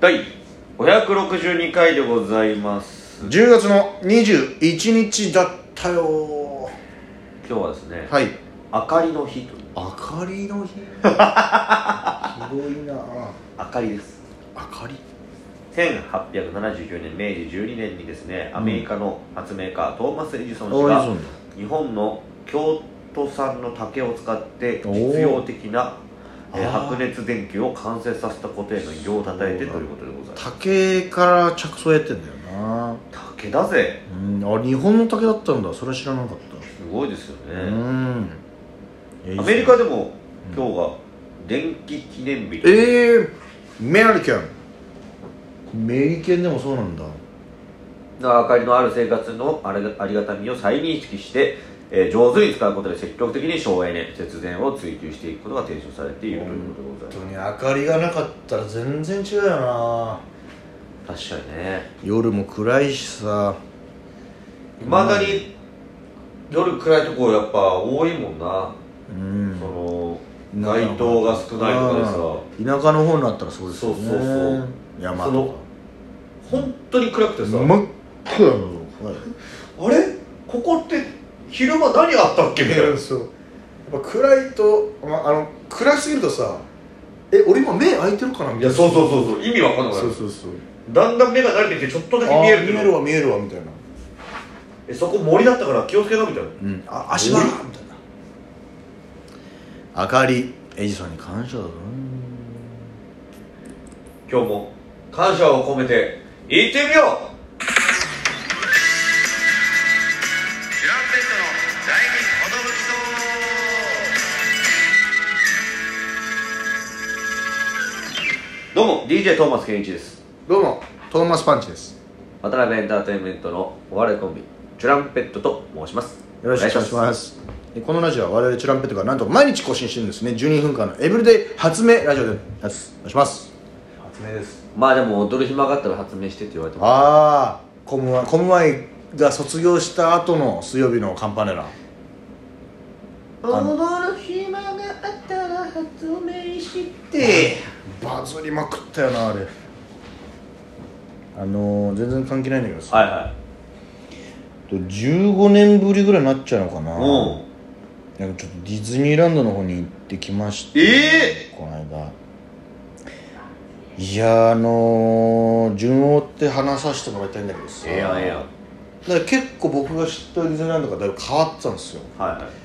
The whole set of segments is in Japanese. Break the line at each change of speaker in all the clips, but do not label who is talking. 第562回でございます
10月の21日だったよ
今日はですね、
はい
明かりの日という
明かりの 日ひどいな
明かりです
明かり
1879年明治12年にですねアメリカの発明家、トーマス・エジソン氏
ああい
が
いぞ
日本の京都産の竹を使って実用的な
おー
えー
あー
白熱電球を完成させたことへの偉業をたたえてということでございます
竹から着想やってんだよな
竹だぜ
うんあ日本の竹だったんだそれは知らなかった
すごいですよね、
うんいやいいっすね
アメリカでも
うん
今日が電気記念日、
ええメリケンメリケンでもそうなんだ
明かりのある生活のあれありがたみを再認識して、えー上手に使うことで積極的に省エネ節電を追求していくことが提唱されているということでござい
に明かりがなかったら全然違うよな
ます確かにね
夜も暗いしさ
いまだに夜暗いところやっぱ多いもんな、
うん
その街灯が少ないとかでさ
田舎の方になったらそうですよね
そうそうそう
山
そ
と
の本当に暗くて
か
さ、
真っ暗なのはい
あれここって昼間何あったっけみたいな
そうやっぱ暗いと、まあ、あの暗すぎるとさえ俺今目開いてるかなみ
いやそうそうそうそう意味わかんなくな
そ
いう
そうそう
だんだん目が慣れてきてちょっとだけ見えるけど
あー見えるわ見えるわみたいな、
えそこ森だったから気をつけなみたいな
うん、あ足場
おい
みたいな明かりエジソンに感謝だぞ
今日も感謝を込めて行ってみ
チュ
よう
ランペットの第二
どうも DJ トーマス健一です
どうもトーマスパンチです
渡辺エンターテインメントのお笑いコンビチュランペットと申します
よろしくお願いしますでこのラジオは我々チュランペットがなんと毎日更新してるんですね12分間のエブリデイ発明ラジオでやすお願いします
発明です
まあでも踊る暇があったら発明してって言われても
ああコムワコムワイが卒業した後の水曜日のカンパネラ
踊る暇があったら発明して
バズりまくったよなあれあのー、全然関係ないんだけどさ、
はいは
と15年ぶりぐらいになっちゃうのかない
うん
なんかちょっとディズニーランドの方に行ってきまして
え
この間いやーあのー、順を追って話させてもらいたいんだけどさ
ええやんええやんはい
だから結構僕が知ったディズニーランドがだいぶ変わってたんですよ
はい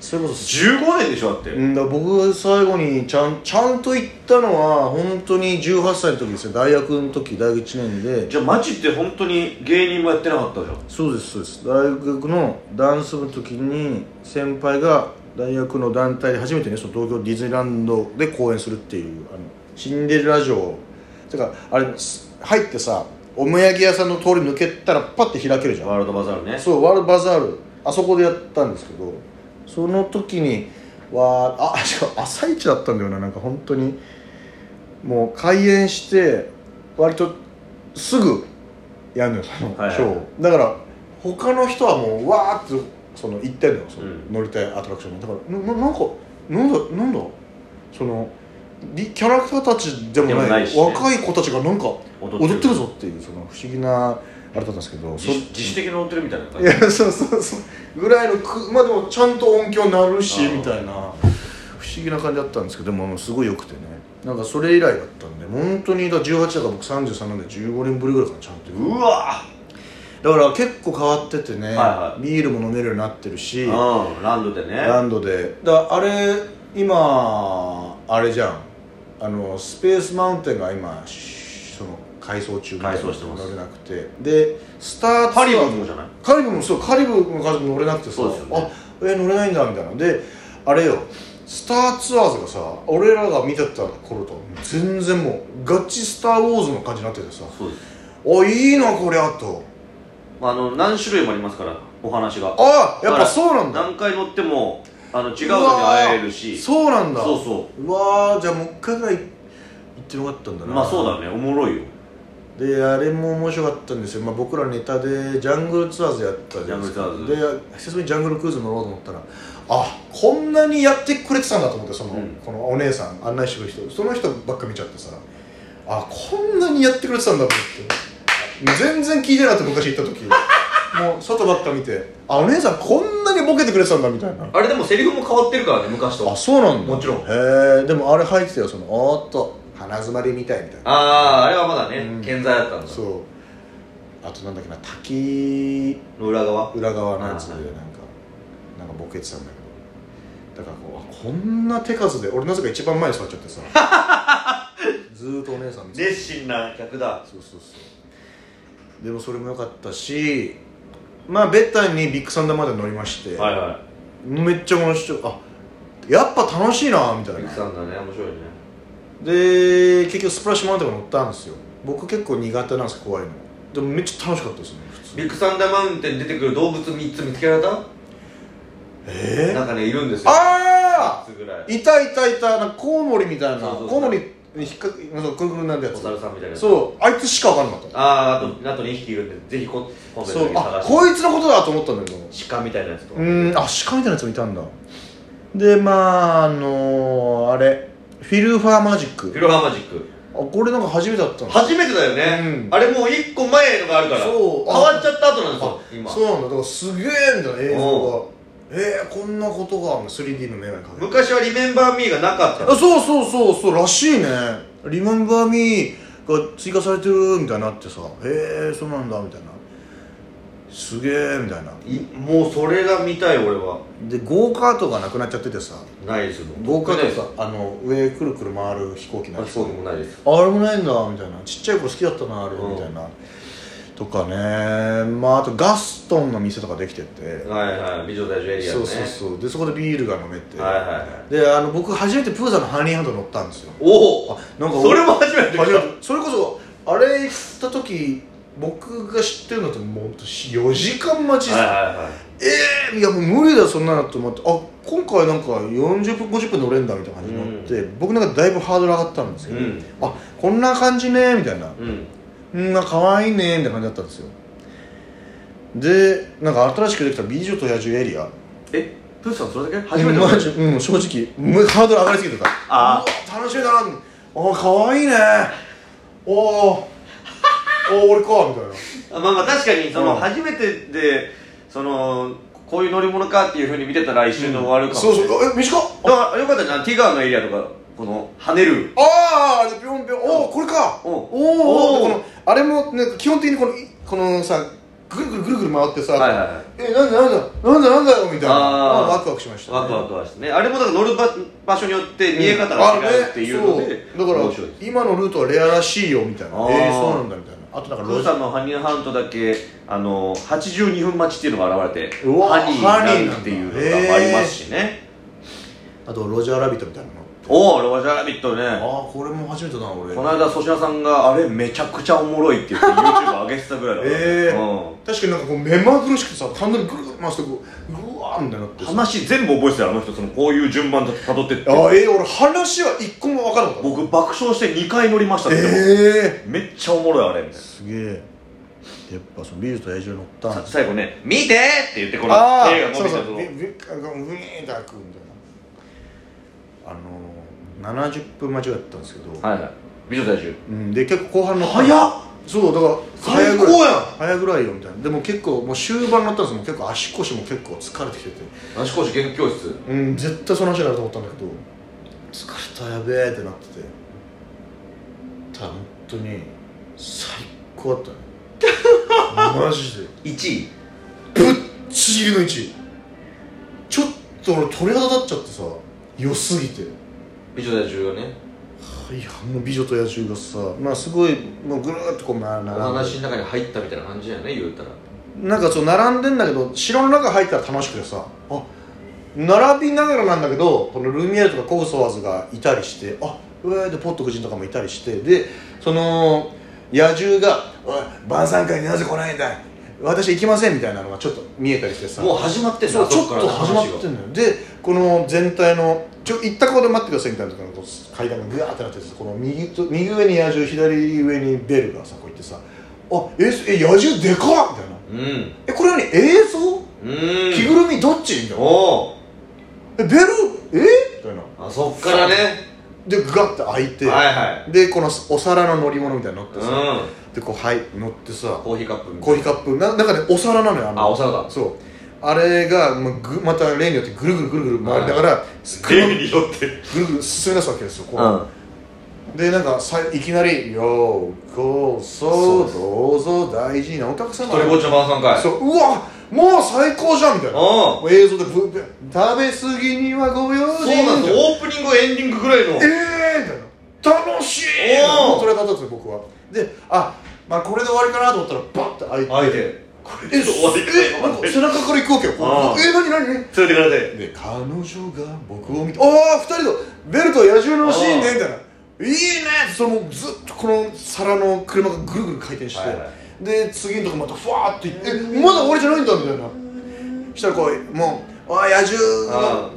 それこそ
15年でしょだって
うんだから僕が最後にちゃんちゃんと行ったのは本当に18歳の時ですよ大学の時大学1年で
じゃあマジって本当に芸人もやってなかったじゃん
そうですそうです大学のダンス部の時に先輩が大学の団体で初めてねその東京ディズニーランドで公演するっていうあのシンデレラ城てかあれす入ってさお土産屋さんの通り抜けたらパッて開けるじゃん
ワールドバザールね
そうワールドバザールあそこでやったんですけどその時にわーあしかも朝一だったんだよななんか本当にもう開演して割とすぐやるのよそのショ
はいはい
ーを、だから他の人はもうわーってその行ってんのよその
うん
乗りたいアトラクションにだからなななんかなんだなんだそのりキャラクターたちでも
で
な
も
い
ないしね
若い子たちがなんか
踊
踊ってるぞっていうその不思議なあれだったんですけど
自自主的に踊ってるみたいな感
い
じ
やそうそうそうぐらいのくまあでもちゃんと音響鳴るし
あー
みたいな不思議な感じだったんですけどでもすごい良くてねなんかそれ以来だったんで本当にだから18だから僕33なんで15年ぶりぐらいかなちゃんと
うわ
だから結構変わっててね、
は
ビールも飲めるようになってるし
うんランドでね
ランドでだあれ今あれじゃんあのスペースマウンテンが今しその改装中みたいな
改装してます
乗れなくてでスターツアー
パリはもうじゃない
カリブもそうカリブの家族乗れなくてさ、
そうですよね
あえ乗れないんだみたいなであれよスターツアーズがさ俺らが見てた頃と全然もうガチスター・ウォーズの感じになっててさ
そうです
あいいなこりゃと
あの何種類もありますからお話が
あ
だ
やっ
か
ぱ
ら
そうなんだ
何回乗ってもあの違うのに会えるし
うわーそうなんだ
そうそう
わーじゃあもう一回ぐらい行ってよかったんだな
まあそうだねおもろいよ
であれも面白かったんですよ、まあ、僕らネタでジャングルツアーズやったじゃないですか
ジャングル
で久しぶりにジャングルクルーズ乗ろうと思ったらあこんなにやってくれてたんだと思ってその、
うん
このお姉さん案内してくれる人その人ばっか見ちゃってさあこんなにやってくれてたんだと思って全然聞いてなかった昔行った時もう外ばっか見てあお姉さんこんなにボケてくれてたんだみたいな
あれでもセリフも変わってるからね昔と
あそうなんだ
もちろん
へえでもあれ入ってたよそのおーっと鼻詰まりみたいみたいな
あああれはまだね、
うん
健在だったんだ
そうあとなんだっけな滝
の裏側
裏側のやつで
あ
な
ー
んかなんかボケてたんだけどだからこうあこんな手数で俺なぜか一番前に座っち ゃってさずーっとお姉さん見て
熱心な客だ
そうそうそうでもそれも良かったしまあベタにビッグサンダーまで乗りまして、
はいは
めっちゃ面白いあやっぱ楽しいなみた
い
い
ビ
な
ッグサンダーね面白いね
で結局スプラッシュマウンテンも乗ったんですよ僕結構苦手なんです怖いのでもめっちゃ楽しかったですね普通
ビッグサンダーマウンテン出てくる動物3つ見つけられた
えー、
なんかねいるんですよ
ああ
3つぐらい
いたいたいたなんかコウモリみたいな
そうそうそう
コウモリに引っかけそうくるくるになるや
お
つ
猿さんみたいなう
そうあいつしか分かんなかっ
あーあとあと2匹いるんでぜひこ今
た
度
そう
探
あ
して
こいつのことだと思ったんだけど
鹿みたいなやつと
うーんあ鹿みたいなやつもいたんだでまああのー、あれフィルファーマジッ
フ
ク
ィロハマジック
あこれなんか初めてだったの
初めてだよね、
うん
あれもう1個前のがあるから
そう
変わっちゃった後なんですよ今
そうなんだだからすげえみたいな映像がえー、こんなことが 3D の眼鏡かけて
昔は「リメンバー・ミー」がなかった
あそうそうそうそうらしいね「リメンバー・ミー」が追加されてるみたいになってさ「えー、そうなんだ」みたいなすげえみたいない
もうそれが見たい俺は
でゴーカートがなくなっちゃっててさ
ないですもん
ゴーカート
さ
さあの上くるくる回る飛行機のやつ
そうでもないです
あれもないんだみたいなちっちゃい頃好きだったなあれ
うん
みたいな、とかねまああとガストンの店とかできてて、
はいはい美女大女エリア
そ
の
う
ね
そうそうでそこでビールが飲めて、
はいはいはい
であの僕初めてプーさんのハニーハンド乗ったんですよ
おお
あなんか
それも初めて
初めてそれこそあれ行った時僕が知ってるのってもうほんと4時間待ちです、
はいはいはい
ええー、いやもう無理だよそんなのと思ってあ今回なんか40分50分乗れんだみたいな感じになって、僕なんかだいぶハードル上がったんですけど、
うん
あこんな感じねみたいな
うん
うんあ可愛いねみたいな感じだったんですよでなんか新しくできた「美女と野獣」エリア
えプーさんそれだけ
初
初
め
め
て
て
マジうん正直むハードル上がりすぎてた
あ
うわ楽しみだなあかわいいねおおおお俺かみたいな
あまあまあ確かにそうの
ん
初めてでそのこういう乗り物かっていうふうに見てたら一瞬で終わるかも
そう
ね
そうえ短っ
だからよかったじゃんティガーのエリアとかこの跳ねる
ああでピョンピョンおおこれか
うん
おお
おー
このあれもね基本的にこのいこのさぐるぐるぐるぐる回ってさ、
はいはいはい
えなんだなんだなんだなんだよみたいな
あー
あーワクワクしましたね、
ワクワクはしてねあれもだから乗る場場所によって見え方が違うっていうので、
あねそうだ
面
か
白い
ら
です
今のルートはレアらしいよみたいな
あー
ええそうなんだみたいなあとなんか
ロ
ロ
ー
ジ
さんのハニーハントだけあの82分待ちっていうのが現れて
うわ
ハニーになるっていうのがありますしね
あとロジャーラビットみたいなの
おおロジャーラビットね
ああこれも初めてだな俺
この間粗品さんがあれめちゃくちゃおもろいって言って YouTube 上げてたぐらいだから、
ええ
うん
確かになんかこう目まぐるしくてさ単純にぐるぐる回してこううわーみたいになってさ
話全部覚えてたよあの人そのこういう順番たどってって
あええ俺話は一個も分からなかった
僕爆笑して2回乗りましたって、
ええ
めっちゃおもろいあれみたいな
すげえやっぱそのビールと野獣乗ったん
さ
です
最後ね「見て!」って言ってこの
あ
手が
あ
伸
そう
びた
そう
とこ
ビビッあのウィーンって開くみたいなあのー、70分間違えたんですけど、
はいはい美女大獣
うん、で結構後半の
早っ
そうだから
最高やん
早ぐらいよみたいなでも結構もう終盤になったんですもう結構足腰も結構疲れてきてて
足腰元気教室
うん絶対その話になると思ったんだけど疲れたやべえってなっててただ本当に最高だったねマジで
1位
ぶっちぎりの位置ちょっと俺鳥肌立っちゃってさ良すぎて
美女大獣がね
いやもう美女と野獣がさまあすごいもうぐるーっとこう回る
お話の中に入ったみたいな感じやね言うたら
なんかそう並んでんだけど城の中入ったら楽しくてさあ並びながらなんだけどこのルミエールとかコーソワーズがいたりしてあうえーでポット夫人とかもいたりしてでその野獣が「おい晩餐会になぜ来ないんだい私行きません」みたいなのがちょっと見えたりしてさ
もう始まってん
そう
だ
ちょっと始まってんのよでこの全体のちょ行ったことで待ってくださいみたいなところのこう階段がグワーってなっててこの右と右上に野獣左上にベルがさこう行ってさ「あえすえ野獣でかっ!」みたいな
うん
えこれ何映像、
うん
着ぐるみどっちみたいな
おお
えベルえみたいな
あそっからね
でガッて開いて、
はいはい
でこのお皿の乗り物みたいに乗って
う
さ、
ん
でこうはい乗ってさ
コーヒーカップみたい
コーヒーカップな中でお皿なのよあの
あお皿だ
そうあれがまあぐまた例によってぐるぐるぐるぐる回りながら、
な
ぐ
例によって
るぐる進み出すわけですよこう、
うん
でなんかさいきなり「ようこそどうぞ大事なお客様
一人ぼっちの晩さんかい
そううわもう最高じゃんみたいな
うん
もう映像でブーブー食べ過ぎにはご用
そう
心
なんです
み
オープニングエンディングぐらいの
たいなええー、みたいな楽しい
おー
それだったんですよ僕はであまあこれで終わりかなと思ったらバッて開いて
相手これ
え
で終わり
えな んか背中から行くわけよこ
あー
うえ何何何
連れてかれて
で彼女が僕を見て「ああ二人とベルと野獣のシーンで」みたいな「いいね!」そのもうずっとこの皿の車がぐるぐる回転して、
はいは
で次のとこまたふわーっていって「えまだ終わりじゃないんだ」みたいなそしたらこうもう「おい野獣
う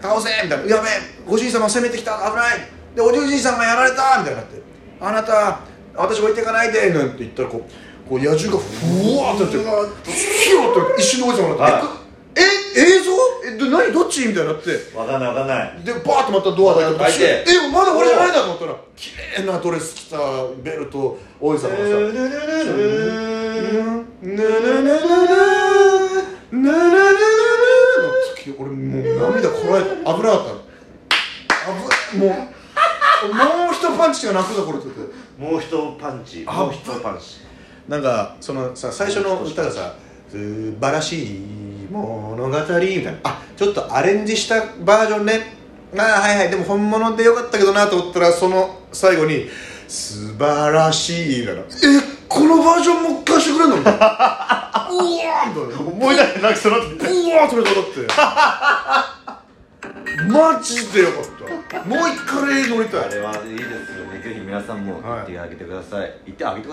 倒せ!」みたいな「やべえご主人様攻めてきた危ない!」でおじいさんがやられたみたいになって「あなた私置いていかないで」なんて言ったらこうこう野獣がふわーってなってヒューって一瞬で落ちてもらって
は
「え映像えで何どっち?」みたいになって。
わかんないわかんない
でバーッとまたドアが開いて
開いて
えまだ俺じゃないだと思ったら綺麗なドレス着たベルと王子様がさ「なななななななななな」の時俺もう涙こらえた危なかった危もうもう一パンチが泣くぞこれって
もう一パンチ
あ
もう一パンチ
なんかそのさ最初の歌がさ「素晴らしい物語」みたいなあちょっとアレンジしたバージョンねああはいはいでも本物でよかったけどなと思ったらその最後に「素晴らしい」みたいなえこのバージョンもう一回してくれんのみたいなうわーみたいな
思い出して泣きそうになって
うわーそれだだってマジでよかったもう一回乗りたい
あれはいいですよねぜひ皆さんも行ってあげてください行ってあげてください